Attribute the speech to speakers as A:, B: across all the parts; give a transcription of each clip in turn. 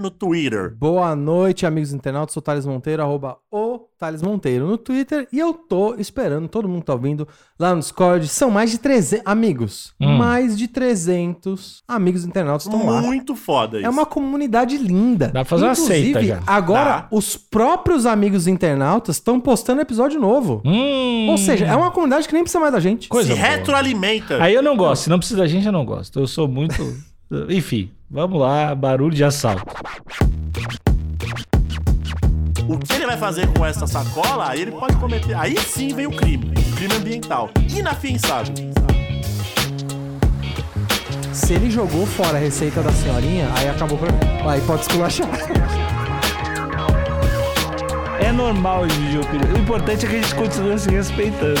A: no Twitter.
B: Boa noite, amigos internautas. Sou Thales Monteiro, arroba o Thales Monteiro no Twitter. E eu tô esperando, todo mundo tá ouvindo lá no Discord. São mais de 300 amigos.
C: Hum.
B: Mais de 300 amigos internautas estão lá.
A: Muito foda isso.
B: É uma comunidade linda.
C: Dá pra fazer uma
B: Inclusive,
C: seita já.
B: agora
A: Dá.
B: os próprios amigos internautas estão postando episódio novo.
C: Hum,
B: Ou seja, é uma comunidade que nem precisa mais da gente.
C: coisa
A: Se
C: boa.
A: retroalimenta.
C: Aí eu não gosto, se não precisa da gente, eu não gosto. Eu sou muito. Enfim, vamos lá, barulho de assalto.
A: O que ele vai fazer com essa sacola, aí ele pode cometer. Aí sim vem o crime. Crime ambiental. Inafiançável.
B: Se ele jogou fora a receita da senhorinha, aí acabou pra mim. Aí pode esculachar.
C: É normal dividir opinião. O importante é que a gente continue se respeitando.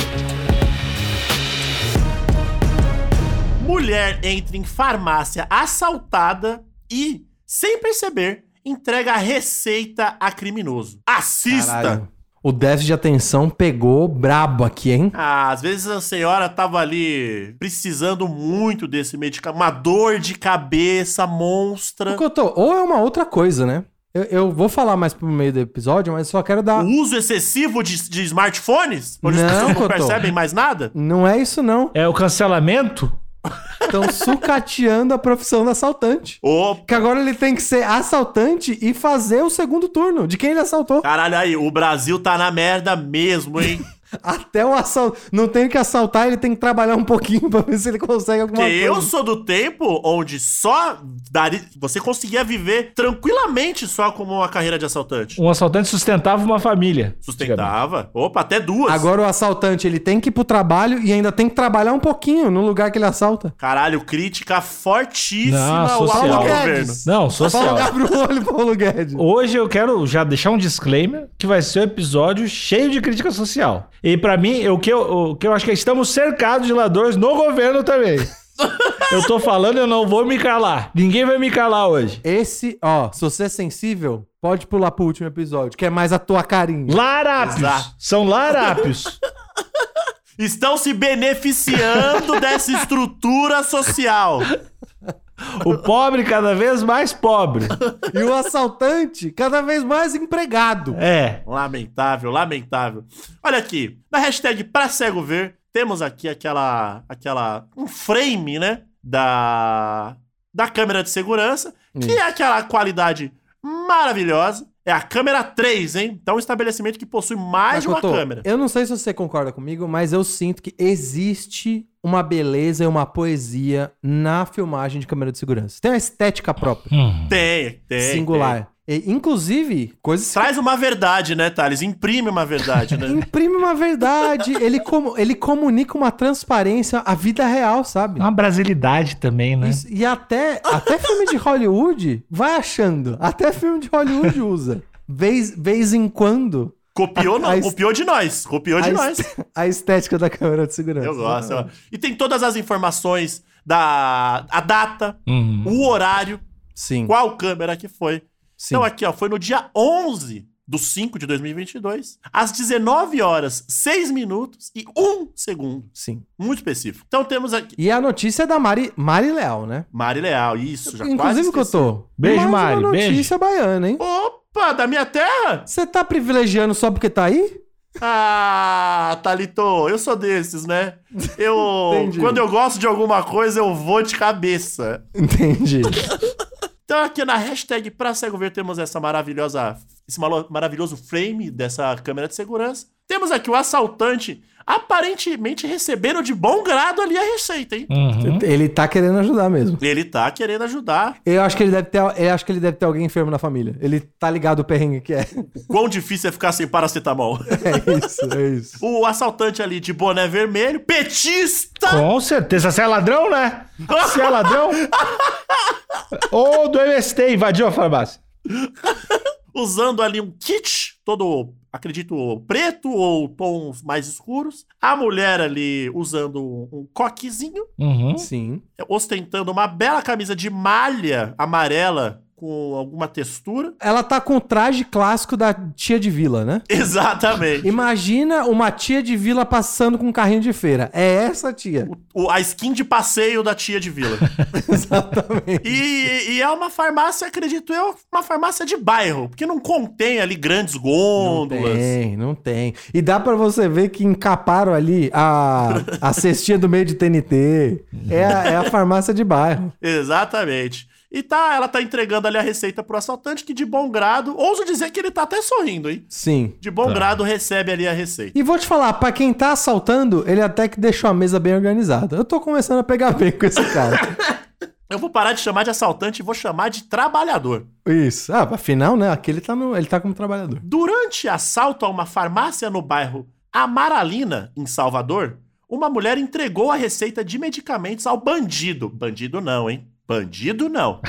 A: Mulher entra em farmácia assaltada e, sem perceber, entrega receita a criminoso. Assista!
B: Caralho. O déficit de atenção pegou brabo aqui, hein?
A: Ah, às vezes a senhora tava ali precisando muito desse medicamento, uma dor de cabeça monstra.
B: O que eu tô- ou é uma outra coisa, né? Eu, eu vou falar mais pro meio do episódio, mas só quero
A: O
B: dar.
A: uso excessivo de, de smartphones? Onde
B: Não,
A: as pessoas não
B: Cotô.
A: percebem mais nada?
B: Não é isso, não.
C: É o cancelamento?
B: Estão sucateando a profissão do assaltante.
A: Ô,
B: Que agora ele tem que ser assaltante e fazer o segundo turno de quem ele assaltou.
A: caralho, aí, o Brasil tá na merda mesmo, hein?
B: Até o assalto. Não tem que assaltar, ele tem que trabalhar um pouquinho pra ver se ele consegue alguma
A: Porque eu
B: coisa.
A: sou do tempo onde só daria, você conseguia viver tranquilamente só como uma carreira de assaltante.
C: Um assaltante sustentava uma família.
A: Sustentava. Opa, até duas.
B: Agora o assaltante ele tem que ir pro trabalho e ainda tem que trabalhar um pouquinho no lugar que ele assalta.
A: Caralho, crítica fortíssima
C: Não,
A: ao
C: social.
A: atual
C: Paulo
A: governo.
C: Não,
B: Paulo
C: social.
B: Gabriel, olho, Paulo Guedes.
C: Hoje eu quero já deixar um disclaimer que vai ser um episódio cheio de crítica social. E pra mim, o que eu, o que eu acho que é estamos cercados de ladrões no governo também. eu tô falando, eu não vou me calar. Ninguém vai me calar hoje.
B: Esse, ó, se você é sensível, pode pular pro último episódio, que é mais a tua carinha.
C: Larápios.
A: Exato.
C: São larápios.
A: Estão se beneficiando dessa estrutura social.
C: o pobre cada vez mais pobre.
B: E o assaltante, cada vez mais empregado.
C: É.
A: Lamentável, lamentável. Olha aqui, na hashtag Pra Cego Ver, temos aqui aquela. aquela. um frame, né? Da. da câmera de segurança, que é aquela qualidade maravilhosa. É a câmera 3, hein? Então, um estabelecimento que possui mais de uma
B: Cotô,
A: câmera.
B: Eu não sei se você concorda comigo, mas eu sinto que existe uma beleza e uma poesia na filmagem de câmera de segurança. Tem uma estética própria,
C: Hum.
A: Tem, tem. tem.
B: singular. E, inclusive, coisas que
A: Traz uma verdade, né, Thales? Imprime uma verdade, né?
B: imprime uma verdade, ele, como, ele comunica uma transparência à vida real, sabe?
C: É Uma brasilidade também, né?
B: Isso, e até, até filme de Hollywood vai achando. Até filme de Hollywood usa. Vez, vez em quando,
A: Copiou, não,
B: A- a-
A: copiou de nós. Copiou de
B: a,
A: nós.
B: est- a estética da câmera de segurança.
A: Eu gosto. eu- E tem todas as informações da a data,
C: Hum.
A: o horário,
B: Sim,
A: qual câmera que foi.
B: Uhum. sim.
A: Então aqui, ó, foi no dia 11 do 5 de 2022, às 19 horas, 6 minutos e 1 segundo.
B: sim.
A: Muito específico. Então temos aqui
B: E a notícia é da Mari, Mari Leal, né?
A: Mari Leal, isso, já quase
B: Inclusive,
A: esqueci.
B: Cotô.
C: Beijo,
B: mais
C: Mari,
B: Uma
C: beijo.
B: notícia baiana, hein?
A: Opa, da minha terra?
B: Você tá privilegiando só porque tá aí?
A: Ah, Thalito, eu sou desses, né? Eu,
B: Entendi.
A: quando eu gosto de alguma coisa, eu vou de cabeça.
B: Entendi.
A: Então aqui na hashtag pra cego ver temos essa maravilhosa, esse malo- maravilhoso frame dessa câmera de segurança. Temos aqui o assaltante aparentemente recebendo de bom grado ali a receita, hein?
C: Uhum.
B: Ele tá querendo ajudar mesmo.
A: Ele tá querendo ajudar.
B: Eu acho que ele deve ter, eu acho que ele deve ter alguém enfermo na família. Ele tá ligado o perrengue que é.
A: Quão difícil é ficar sem paracetamol.
B: É isso, é isso.
A: O assaltante ali de boné vermelho, petista!
C: Com certeza. Você é ladrão, né? Você é ladrão? Ou do MST invadiu a farmácia.
A: usando ali um kit todo, acredito, preto ou tons mais escuros. A mulher ali usando um- um coquezinho
C: Uhum.
B: Sim.
A: ostentando uma bela camisa de malha amarela com alguma textura.
B: Ela tá com o traje clássico da tia de vila, né?
A: Exatamente.
B: Imagina uma tia de vila passando com um carrinho de feira. É essa tia.
A: O- a skin de passeio da tia de vila.
B: Exatamente.
A: E, e é uma farmácia, acredito eu, uma farmácia de bairro, porque não contém ali grandes
B: Não
A: gôndolas.
B: tem, não tem. E dá pra você ver que encaparam ali a, a cestinha do meio de TNT. É a, é a farmácia de bairro.
A: Exatamente. E tá, ela tá entregando ali a receita pro assaltante, que de bom grado, ouso dizer que ele tá até sorrindo, hein?
B: Sim.
A: De bom
C: Tá.
A: grado recebe ali a receita.
B: E vou te falar, pra quem tá assaltando, ele até que deixou a mesa bem organizada. Eu tô começando a pegar bem com esse cara.
A: Eu vou parar de chamar de assaltante e vou chamar de trabalhador.
B: Isso. Ah, afinal, né? Aquele tá no, ele tá como trabalhador.
A: Durante assalto a uma farmácia no bairro Amaralina, em Salvador, uma mulher entregou a receita de medicamentos ao bandido. Bandido não, hein? Bandido não.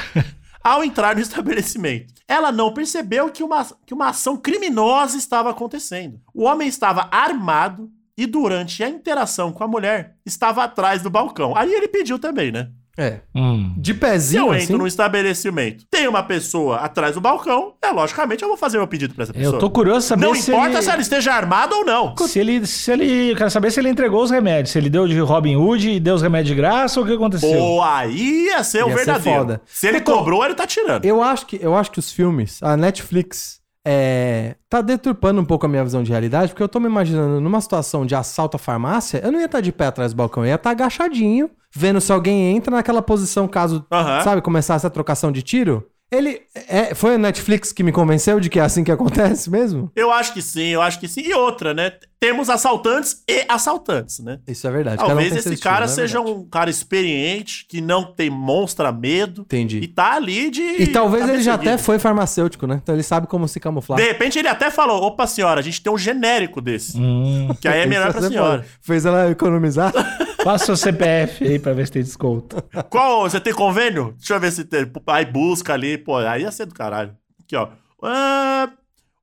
A: ao entrar no estabelecimento, ela não percebeu que uma, que uma ação criminosa estava acontecendo. O homem estava armado e, durante a interação com a mulher, estava atrás do balcão. Aí ele pediu também, né?
B: É.
C: Hum.
B: De
A: Se
B: pezinho,
A: eu
B: assim.
A: entro num estabelecimento, tem uma pessoa atrás do balcão, é logicamente eu vou fazer meu pedido pra essa pessoa.
C: Eu tô curioso saber
A: Não
C: se
A: importa
C: ele...
A: se ela esteja armada ou não.
C: Se ele, se ele. Eu quero saber se ele entregou os remédios. Se ele deu de Robin Hood e deu os remédios de graça ou o que aconteceu?
A: Ou aí ia ser o
B: Ia ser
A: verdadeiro.
B: foda.
A: Se ele
B: Mas como-
A: cobrou, ele tá tirando.
B: Eu acho que, eu acho que os filmes, a Netflix, é, tá deturpando um pouco a minha visão de realidade, porque eu tô me imaginando numa situação de assalto à farmácia, eu não ia estar de pé atrás do balcão, eu ia estar agachadinho, vendo se alguém entra naquela posição caso,
A: Aham.
B: sabe, começasse a trocação de tiro. Ele. é, foi a Netflix que me convenceu de que é assim que acontece mesmo?
A: Eu acho que sim, eu acho que sim. E outra, né? Temos assaltantes e assaltantes, né?
B: Isso é verdade. cada um
A: Talvez
B: tem seu
A: esse
B: estilo,
A: cara
B: não é
A: seja
B: verdade?
A: um cara experiente, que não tem monstra medo.
B: Entendi.
A: E tá ali de.
B: E talvez
A: tá
B: ele já
A: decidido.
B: até foi farmacêutico, né? Então ele sabe como se camuflar.
A: De repente ele até falou: opa, senhora, a gente tem um genérico desse.
C: Hum,
A: Que aí é melhor
B: Isso
A: pra
B: você
A: senhora.
B: pode- Fez ela economizar.
C: passa seu CPF aí pra ver se tem desconto.
A: Qual? Você tem convênio? Deixa eu ver se tem. Aí busca ali, pô. Aí ia ser do caralho. Aqui, ó. Ah,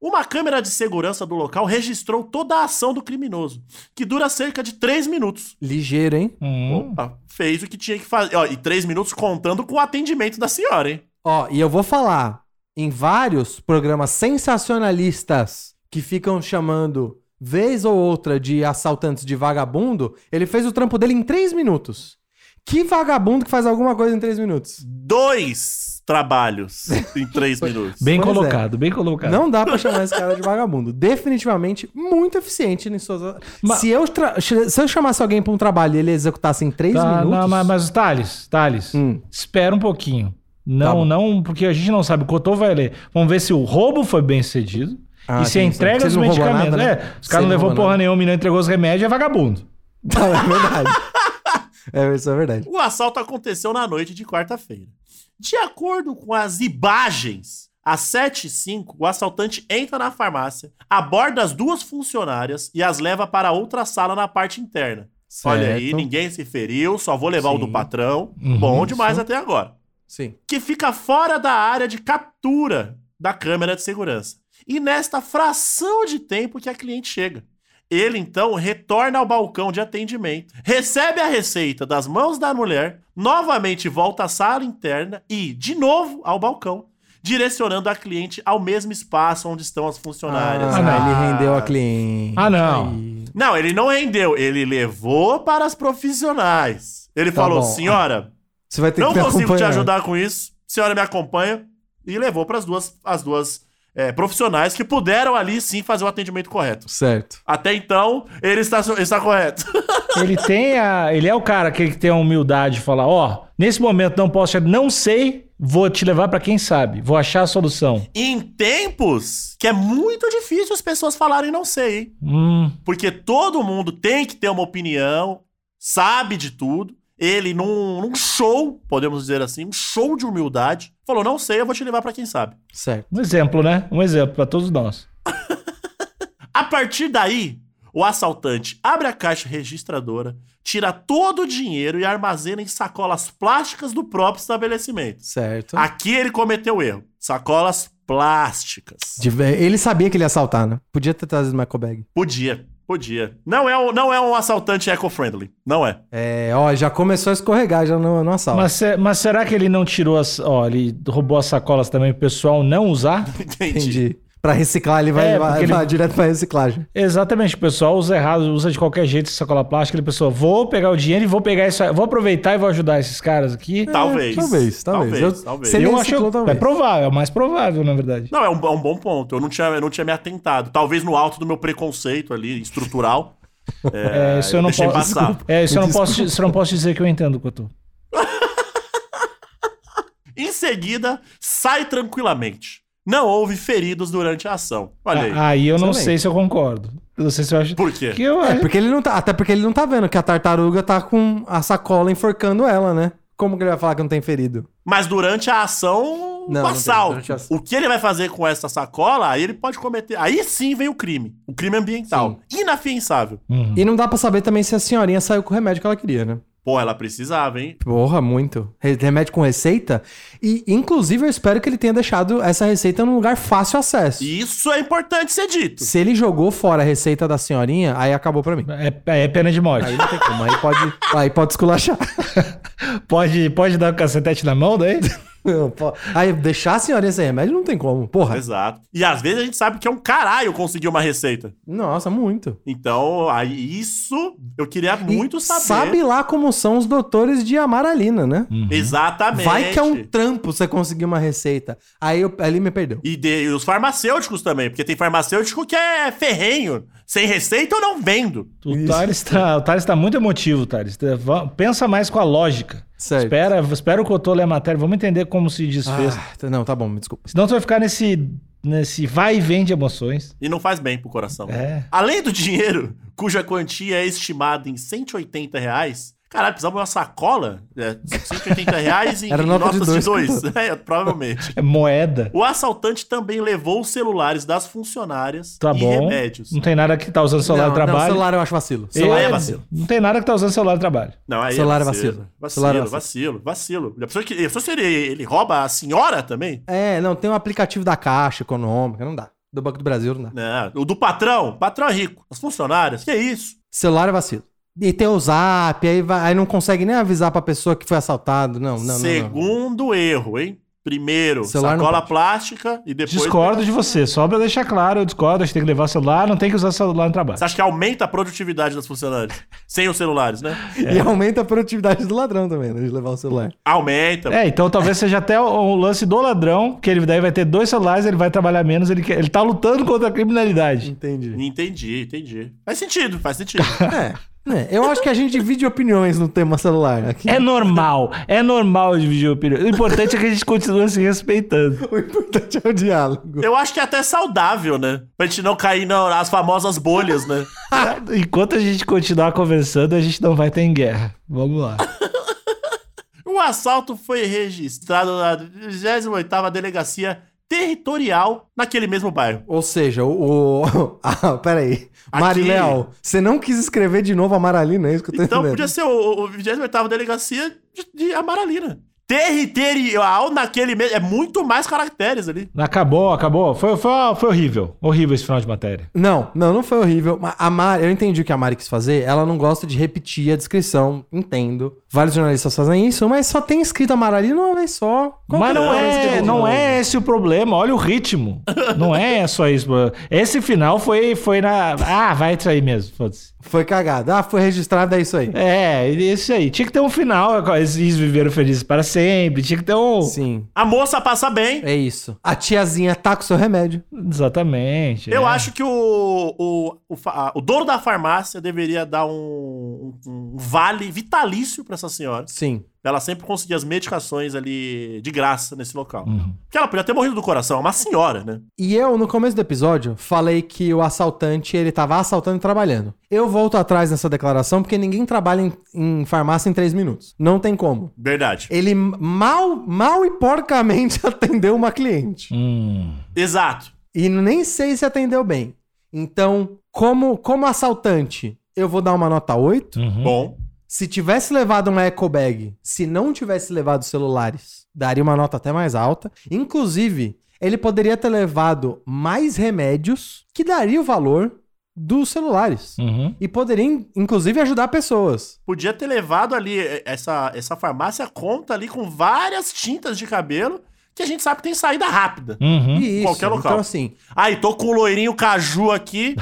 A: uma câmera de segurança do local registrou toda a ação do criminoso, que dura cerca de 3 minutos.
B: Ligeiro, hein?
C: Hum.
A: Opa, fez o que tinha que fazer. Ó, e 3 minutos contando com o atendimento da senhora, hein?
B: Ó, e eu vou falar, em vários programas sensacionalistas que ficam chamando vez ou outra de assaltantes de vagabundo, ele fez o trampo dele em três minutos. Que vagabundo que faz alguma coisa em três minutos?
A: Dois trabalhos em 3 minutos.
C: Bem
B: Pois é.
C: colocado, bem colocado.
B: Não dá pra chamar esse cara de vagabundo. Definitivamente muito eficiente em suas.
C: Mas-
B: Se, eu tra- se eu chamasse alguém pra um trabalho e ele executasse em três
C: Tá,
B: minutos.
C: não, mas, mas Thales, Thales,
B: Hum.
C: espera um pouquinho.
B: Tá
C: Não,
B: bom.
C: não, porque a gente não sabe. O Cotô vai ler. Vamos ver se o roubo foi bem sucedido.
B: Ah,
C: e se a
B: sim, sim.
C: entrega
B: Se ele
C: dos
B: não roubou
C: medicamentos.
B: nada,
C: é,
B: né?
C: os
B: Se
C: caras não
B: ele não
C: levou
B: roubou
C: porra
B: nada.
C: nenhuma e não entregou os remédios, é vagabundo.
B: Tá, é verdade. é, isso é verdade.
A: O assalto aconteceu na noite de quarta-feira. De acordo com as imagens, às 7 e 5 o assaltante entra na farmácia, aborda as duas funcionárias e as leva para outra sala na parte interna. Olha aí,
B: Certo.
A: ninguém se feriu, só vou levar o do
B: Sim.
A: patrão.
C: Uhum,
A: Bom demais
B: isso.
A: até agora.
B: Sim.
A: Que fica fora da área de captura da câmera de segurança. E nesta fração de tempo que a cliente chega. Ele então retorna ao balcão de atendimento, recebe a receita das mãos da mulher, novamente volta à sala interna e, de novo, ao balcão, direcionando a cliente ao mesmo espaço onde estão as funcionárias.
B: Ah,
C: não.
B: ele rendeu a cliente.
C: Ah, não.
B: Aí.
A: Não, ele não rendeu, ele levou para as profissionais. Ele
B: Tá
A: falou:
B: bom.
A: senhora,
B: Você vai ter
A: não
B: que me
A: consigo te
B: acompanhar.
A: ajudar com isso, senhora me acompanha. E levou para as duas, as duas eh, profissionais que puderam ali sim fazer o atendimento correto.
B: Certo.
A: Até então, ele está, está correto.
C: Ele tem a. Ele é o cara que tem a humildade de falar: ó, nesse momento não posso, te- não sei, vou te levar pra quem sabe, vou achar a solução.
A: Em tempos que é muito difícil as pessoas falarem não sei, hein?
C: Hum,
A: Porque todo mundo tem que ter uma opinião, sabe de tudo. Ele, num, num show, podemos dizer assim, um show de humildade, falou: não sei, eu vou te levar pra quem sabe.
B: Certo.
C: um exemplo, né? Um exemplo pra todos nós.
A: A partir daí, o assaltante abre a caixa registradora, tira todo o dinheiro e armazena em sacolas plásticas do próprio estabelecimento.
B: Certo.
A: Aqui ele cometeu o erro. Sacolas plásticas.
B: De- Ele sabia que ele ia assaltar, né? Podia ter trazido o Michael Bag.
A: Podia, podia. Não é um, não é um assaltante eco-friendly. Não é.
B: É, ó, já começou a escorregar já no, no assalto.
C: Mas, se- mas será que ele não tirou as. Ó, ele roubou as sacolas também pro pessoal não usar?
A: Entendi.
B: É, Entendi. Pra reciclar, ele vai,
C: É,
B: vai,
C: porque ele-
B: vai direto pra reciclagem.
C: Exatamente, o pessoal usa errado, usa de qualquer jeito essa sacola plástica. Ele pensou, vou pegar o dinheiro e vou pegar isso, aí, vou aproveitar e vou ajudar esses caras aqui.
A: Talvez.
B: É, talvez, talvez.
A: Talvez,
B: Eu-
A: talvez.
B: se ele
C: eu acho
B: reciclou,
C: é
B: talvez.
C: provável, é o mais provável, na verdade.
A: Não, é um, é um bom ponto. Eu não, tinha, eu não tinha me atentado. Talvez no alto do meu preconceito ali, estrutural.
C: É, isso eu não
A: deixei
C: posso.
A: passar.
C: É, isso eu não posso, isso eu não posso dizer que eu entendo, Couto.
A: Em seguida, sai tranquilamente. Não houve feridos durante a ação. Olha aí.
C: Ah, Aí eu não
B: Excelente.
C: sei se eu concordo. Eu Não sei se eu acho.
A: Por quê?
C: Porque eu
B: É,
C: acho.
B: porque ele não tá. Até porque ele não tá vendo que a tartaruga tá com a sacola enforcando ela, né? Como que ele vai falar que não tem ferido?
A: Mas durante a ação,
B: Não,
A: o
B: não tem,
A: assalto.
B: durante a ação.
A: O que ele vai fazer com essa sacola, aí ele pode cometer. Aí sim vem o crime. O crime ambiental. Inafiançável.
C: Uhum.
B: E não dá pra saber também se a senhorinha saiu com o remédio que ela queria, né?
A: Porra, ela precisava, hein?
B: Porra, muito. Re- Remédio com receita. E, inclusive, eu espero que ele tenha deixado essa receita num lugar fácil acesso.
A: E Isso é importante ser dito.
B: Se ele jogou fora a receita da senhorinha, aí acabou pra mim.
C: É, é pena de morte.
B: Aí não tem como, aí pode, aí pode esculachar.
C: Pode, pode dar o cacetete na mão daí?
B: Não, pô. Aí deixar a senhorinha sem remédio não tem como. Porra,
A: Exato. E às vezes a gente sabe que é um caralho conseguir uma receita.
B: nossa, muito.
A: Então, aí isso eu queria
B: E
A: muito saber.
B: Sabe lá como são os doutores de Amaralina, né?
A: Exatamente.
B: Vai que é um trampo você conseguir uma receita. Aí eu, ali me perdeu.
A: E, de- e os farmacêuticos também, porque tem farmacêutico que é ferrenho. Sem receita eu não vendo.
C: O
B: Isso.
C: Thales, tá, o Thales tá muito emotivo, Thales. Tá, va- Pensa mais com a lógica.
B: Certo.
C: Espera, espera o Cotô ler a matéria. Vamos entender como se desfez.
B: Ah, tá- não, tá bom, me desculpa.
C: Senão tu vai ficar nesse, nesse vai e vem de emoções.
A: E não faz bem pro coração.
C: É.
A: Além do dinheiro, cuja quantia é estimada em 180 reais. Caralho, precisava de uma sacola? É, 180 reais em
B: Era nota de
A: notas de
B: dois.
A: dois. É, provavelmente.
C: É moeda.
A: O assaltante também levou os celulares das funcionárias
C: Tá
A: e
C: bom.
A: remédios.
C: Não tem nada que tá usando celular
B: Não,
C: de
B: não,
C: trabalho.
B: celular eu acho vacilo.
C: É,
B: Celular
A: é
B: vacilo.
A: vacilo.
C: Não tem nada que tá usando celular de trabalho.
A: Não, aí
B: Celular é vacilo.
A: Vacilo,
B: Celular é
A: vacilo. vacilo, vacilo. A pessoa que, a pessoa se ele, ele rouba a senhora também?
B: É, não, tem um aplicativo da Caixa Econômica, não dá. Do Banco do Brasil não dá.
A: Não. O do patrão? O patrão é rico. As funcionárias? Que isso?
B: Celular é vacilo. E tem o zap, aí, vai- aí não consegue nem avisar pra pessoa que foi assaltado. Não, não, não, não.
A: Segundo erro, hein? Primeiro,
B: Celular não
A: sacola
B: pode.
A: plástica e depois.
C: Discordo de você. Só pra deixar claro, eu discordo. A gente tem que levar celular, não tem que usar celular no trabalho.
A: Você acha que aumenta a produtividade das funcionárias? Sem os celulares, né?
B: E aumenta a produtividade do ladrão também, né? De levar o celular.
A: Aumenta.
C: É, então talvez seja até o, o lance do ladrão, que ele daí vai ter dois celulares, ele vai trabalhar menos, ele, quer- ele tá lutando contra a criminalidade.
B: Entendi.
A: Entendi, entendi. Faz sentido, faz sentido.
B: É, né? Eu acho que a gente divide opiniões no tema celular aqui.
C: É normal, é normal dividir opinião. O importante é que a gente continue se respeitando.
B: O importante é o diálogo.
A: Eu acho que é até saudável, né? Pra gente não cair nas famosas bolhas, né?
C: Enquanto a gente continuar conversando, a gente não vai ter em guerra. Vamos lá.
A: O assalto foi registrado na 28ª Delegacia Territorial naquele mesmo bairro.
B: Ou seja, o. o ah, peraí.
A: Aqui.
B: Mariléo, você não quis escrever de novo a Maralina, é isso que eu tô
C: Né?
A: Então
B: entendendo.
A: podia ser o, o 28ª Delegacia de, de Amaralina. Territorial naquele mesmo... É muito mais caracteres ali.
C: Acabou, acabou. Foi, foi, foi horrível. Horrível esse final de matéria.
B: Não, não, não foi horrível. Ma- A Mari, eu entendi o que a Mari quis fazer. Ela não gosta de repetir a descrição, entendo. Vários jornalistas fazem isso, mas só tem escrito a Maralina uma vez só. Qual
C: Mas
B: que
C: não
B: ela escreveu
C: é,
B: de
C: não
B: novo?
C: é esse o problema, olha o ritmo. Não é só isso. Esse final foi, foi na. Ah, vai trair mesmo, foda-se.
B: Foi cagada. Ah, foi registrado, é isso aí.
C: É, isso aí. Tinha que ter um final. Eles viveram felizes para sempre. Tinha que ter um.
B: Sim,
A: A moça passa bem.
B: é isso. A tiazinha tá com seu remédio.
C: Exatamente.
A: Eu
C: é.
A: acho que o, o, o, fa- o dono da farmácia deveria dar um, um- um vale vitalício pra essa senhora.
B: Sim.
A: Pra ela sempre conseguir as medicações ali de graça nesse local.
C: Uhum.
A: Porque ela podia ter morrido do coração, é uma senhora, né?
B: E eu, no começo do episódio, falei que o assaltante, ele tava assaltando e trabalhando. Eu volto atrás nessa declaração porque ninguém trabalha em, em farmácia em três minutos. Não tem como.
A: Verdade.
B: Ele mal, mal e porcamente atendeu uma cliente.
C: Hum.
A: Exato.
B: E nem sei se atendeu bem. Então, como, como assaltante, eu vou dar uma nota 8.
C: Uhum.
A: Bom.
B: Se tivesse levado uma eco bag, se não tivesse levado celulares, daria uma nota até mais alta. Inclusive, ele poderia ter levado mais remédios que daria o valor dos celulares.
C: Uhum.
B: E poderia, in- inclusive, ajudar pessoas.
A: Podia ter levado ali eh, essa, essa farmácia conta ali com várias tintas de cabelo que a gente sabe que tem saída rápida.
B: Hum.
C: Uhum.
B: E isso.
A: Hum? Qualquer local.
B: Então, assim,
A: Aí, tô com o loirinho caju aqui.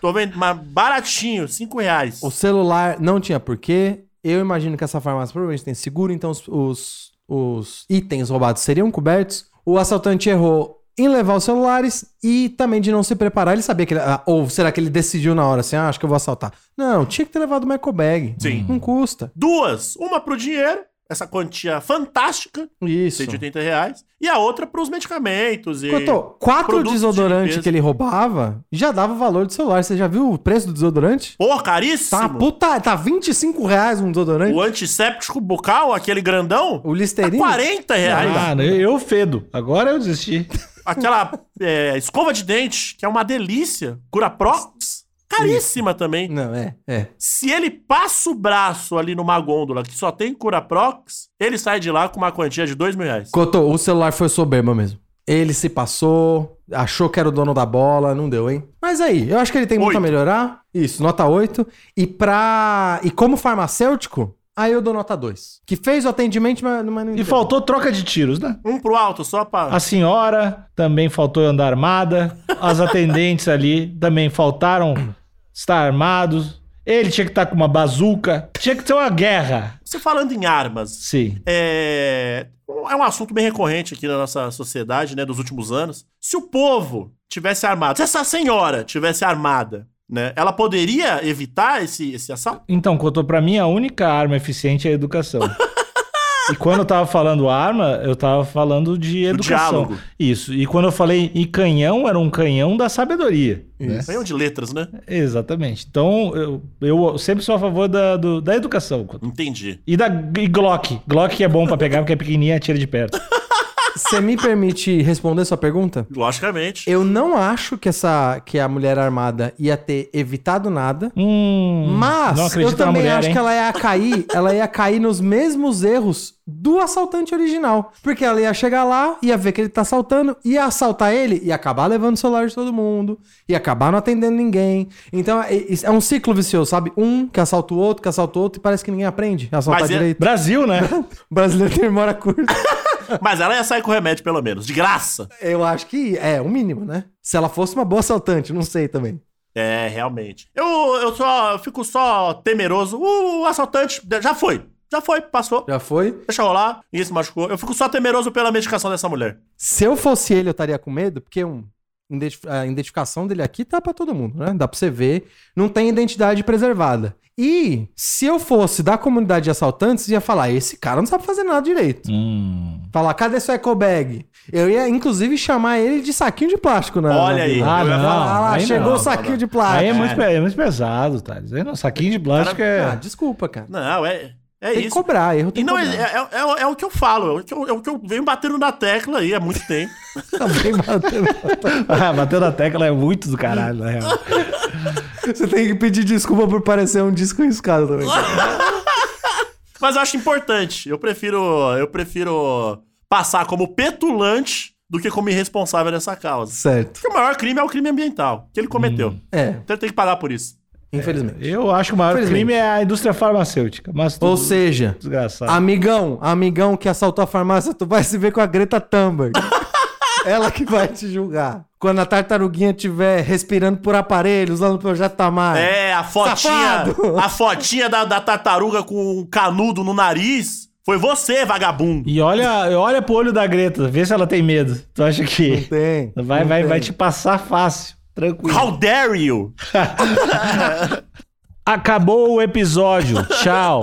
A: Tô vendo, mas baratinho, 5 reais.
B: o celular não tinha porquê. Eu imagino que essa farmácia provavelmente tem seguro, então os, os, os itens roubados seriam cobertos. O assaltante errou em levar os celulares e também de não se preparar. Ele sabia que ele, ah, Ou será que ele decidiu na hora assim, ah, acho que eu vou assaltar. Não, tinha que ter levado uma ecobag.
A: Sim.
B: Não custa.
A: Duas. Uma pro dinheiro, essa quantia fantástica,
B: Isso.
A: 180 reais. E a outra pros medicamentos e...
B: Cotô, quatro
A: Produtos de
B: desodorantes
A: limpeza.
B: que ele roubava já dava o valor do celular. Você já viu o preço do desodorante?
A: Pô, caríssimo.
B: Tá, puta, tá 25 reais um desodorante.
A: O antisséptico bucal, aquele grandão,
B: O Listerine?
A: Tá 40 reais.
C: Ah, eu, eu fedo. Agora eu desisti.
A: Aquela é, escova de dente, que é uma delícia, cura prox, caríssima também.
B: Não, é, é.
A: Se ele passa o braço ali numa gôndola que só tem cura prox, ele sai de lá com uma quantia de dois mil reais.
B: Cotô, o celular foi soberba mesmo. Ele se passou, achou que era o dono da bola, não deu, hein? Mas aí, eu acho que ele tem muito a
A: Oito.
B: melhorar. Isso, nota 8. E pra. E como farmacêutico, aí eu dou nota 2. Que fez o atendimento, mas, mas não
C: E
B: entendeu.
C: faltou troca de tiros, né?
A: Um pro alto, só pra.
C: A senhora também faltou andar armada. As atendentes ali também faltaram estar armados. Ele tinha que estar com uma bazuca. Tinha que ter uma guerra.
A: Você falando em armas,
C: Sim.
A: é, é um assunto bem recorrente aqui na nossa sociedade, né, dos últimos anos. Se o povo tivesse armado, se essa senhora tivesse armada, né, ela poderia evitar esse, esse assalto?
C: Então, Cotô, pra mim a única arma eficiente é a educação. E quando eu tava falando arma, eu tava falando de educação.
A: diálogo.
C: Isso. E quando eu falei em canhão, era um canhão da sabedoria. né?
A: Ganhou de letras, né?
C: Exatamente. Então, eu, eu sempre sou a favor da, do- da educação, Cotô.
A: Entendi.
C: E da e Glock. Glock que é bom pra pegar porque é pequenininha e atira de perto.
B: Você me permite responder sua pergunta?
A: Logicamente.
B: Eu não acho que essa que a mulher armada ia ter evitado nada,
C: Hum, não
B: mas
C: acredito
B: eu também
C: na mulher,
B: acho
C: hein?
B: que ela ia cair, ela ia cair nos mesmos erros do assaltante original, porque ela ia chegar lá, ia ver que ele tá assaltando, ia assaltar ele e acabar levando o celular de todo mundo, ia acabar não atendendo ninguém. Então é, é um ciclo vicioso, sabe? Um que assalta o outro, que assalta o outro e parece que ninguém aprende a assaltar
A: Mas é-
B: direito.
C: Brasil, né?
B: O brasileiro tem memória curta.
A: Mas ela ia sair com remédio, pelo menos. De graça.
B: Eu acho que é o mínimo, né? Se ela fosse uma boa assaltante, não sei também.
A: É, realmente. Eu, eu só eu fico só temeroso. O, o assaltante já foi. Já foi, passou.
B: Já foi?
A: Deixa rolar. Ninguém se machucou. Eu fico só temeroso pela medicação dessa mulher.
B: Se eu fosse ele, eu estaria com medo, porque um, identi- a identificação dele aqui tá pra todo mundo, né? Dá pra você ver. Não tem identidade preservada. E se eu fosse da comunidade de assaltantes, ia falar: esse cara não sabe fazer nada direito.
C: Hum.
B: Falar, cadê sua ecobag? Eu ia, inclusive, chamar ele de saquinho de plástico, né?
A: Olha aí.
C: Ah,
A: Eu ia
C: não.
B: Ah, lá,
C: aí
B: chegou
C: não.
B: o saquinho
A: não.
B: de plástico.
C: Aí é muito, pe- é muito pesado, Thales. Aí não, saquinho de plástico
B: Ah,
C: é...
B: desculpa, cara.
A: Não, é, é
B: tem que
A: isso.
B: cobrar, erro tem
A: E não, é,
B: que cobrar.
A: é- é o- é o que eu falo, é o que eu, é o que eu venho batendo na tecla aí há muito tempo.
B: Também bateu.
C: Ah, Bateu na tecla é muito do caralho, na real.
B: Você tem que pedir desculpa por parecer um disco riscado também.
A: Mas eu acho importante. Eu prefiro, eu prefiro passar como petulante do que como irresponsável nessa causa.
B: certo.
A: Porque o maior crime é o crime ambiental que ele cometeu.
B: É,
A: Então ele tem que pagar por isso.
B: infelizmente.
C: Eu acho que o maior
B: Infelizmente.
C: crime é a indústria farmacêutica. Mas tudo
B: Ou seja,
C: desgraçado.
B: amigão, amigão que assaltou a farmácia, tu vai se ver com a Greta Thunberg. Ela que vai te julgar. Quando a tartaruguinha estiver respirando por aparelhos lá no Projeto Tamar.
A: É, a fotinha,
B: Safado!
A: a fotinha da, da tartaruga com um canudo no nariz foi você, vagabundo.
C: E olha, olha pro olho da Greta, vê se ela tem medo. Tu acha que
B: Tem.
C: vai,
B: não
C: vai,
B: tem.
C: vai te passar fácil. Tranquilo.
A: How dare you?
C: Acabou o episódio. Tchau.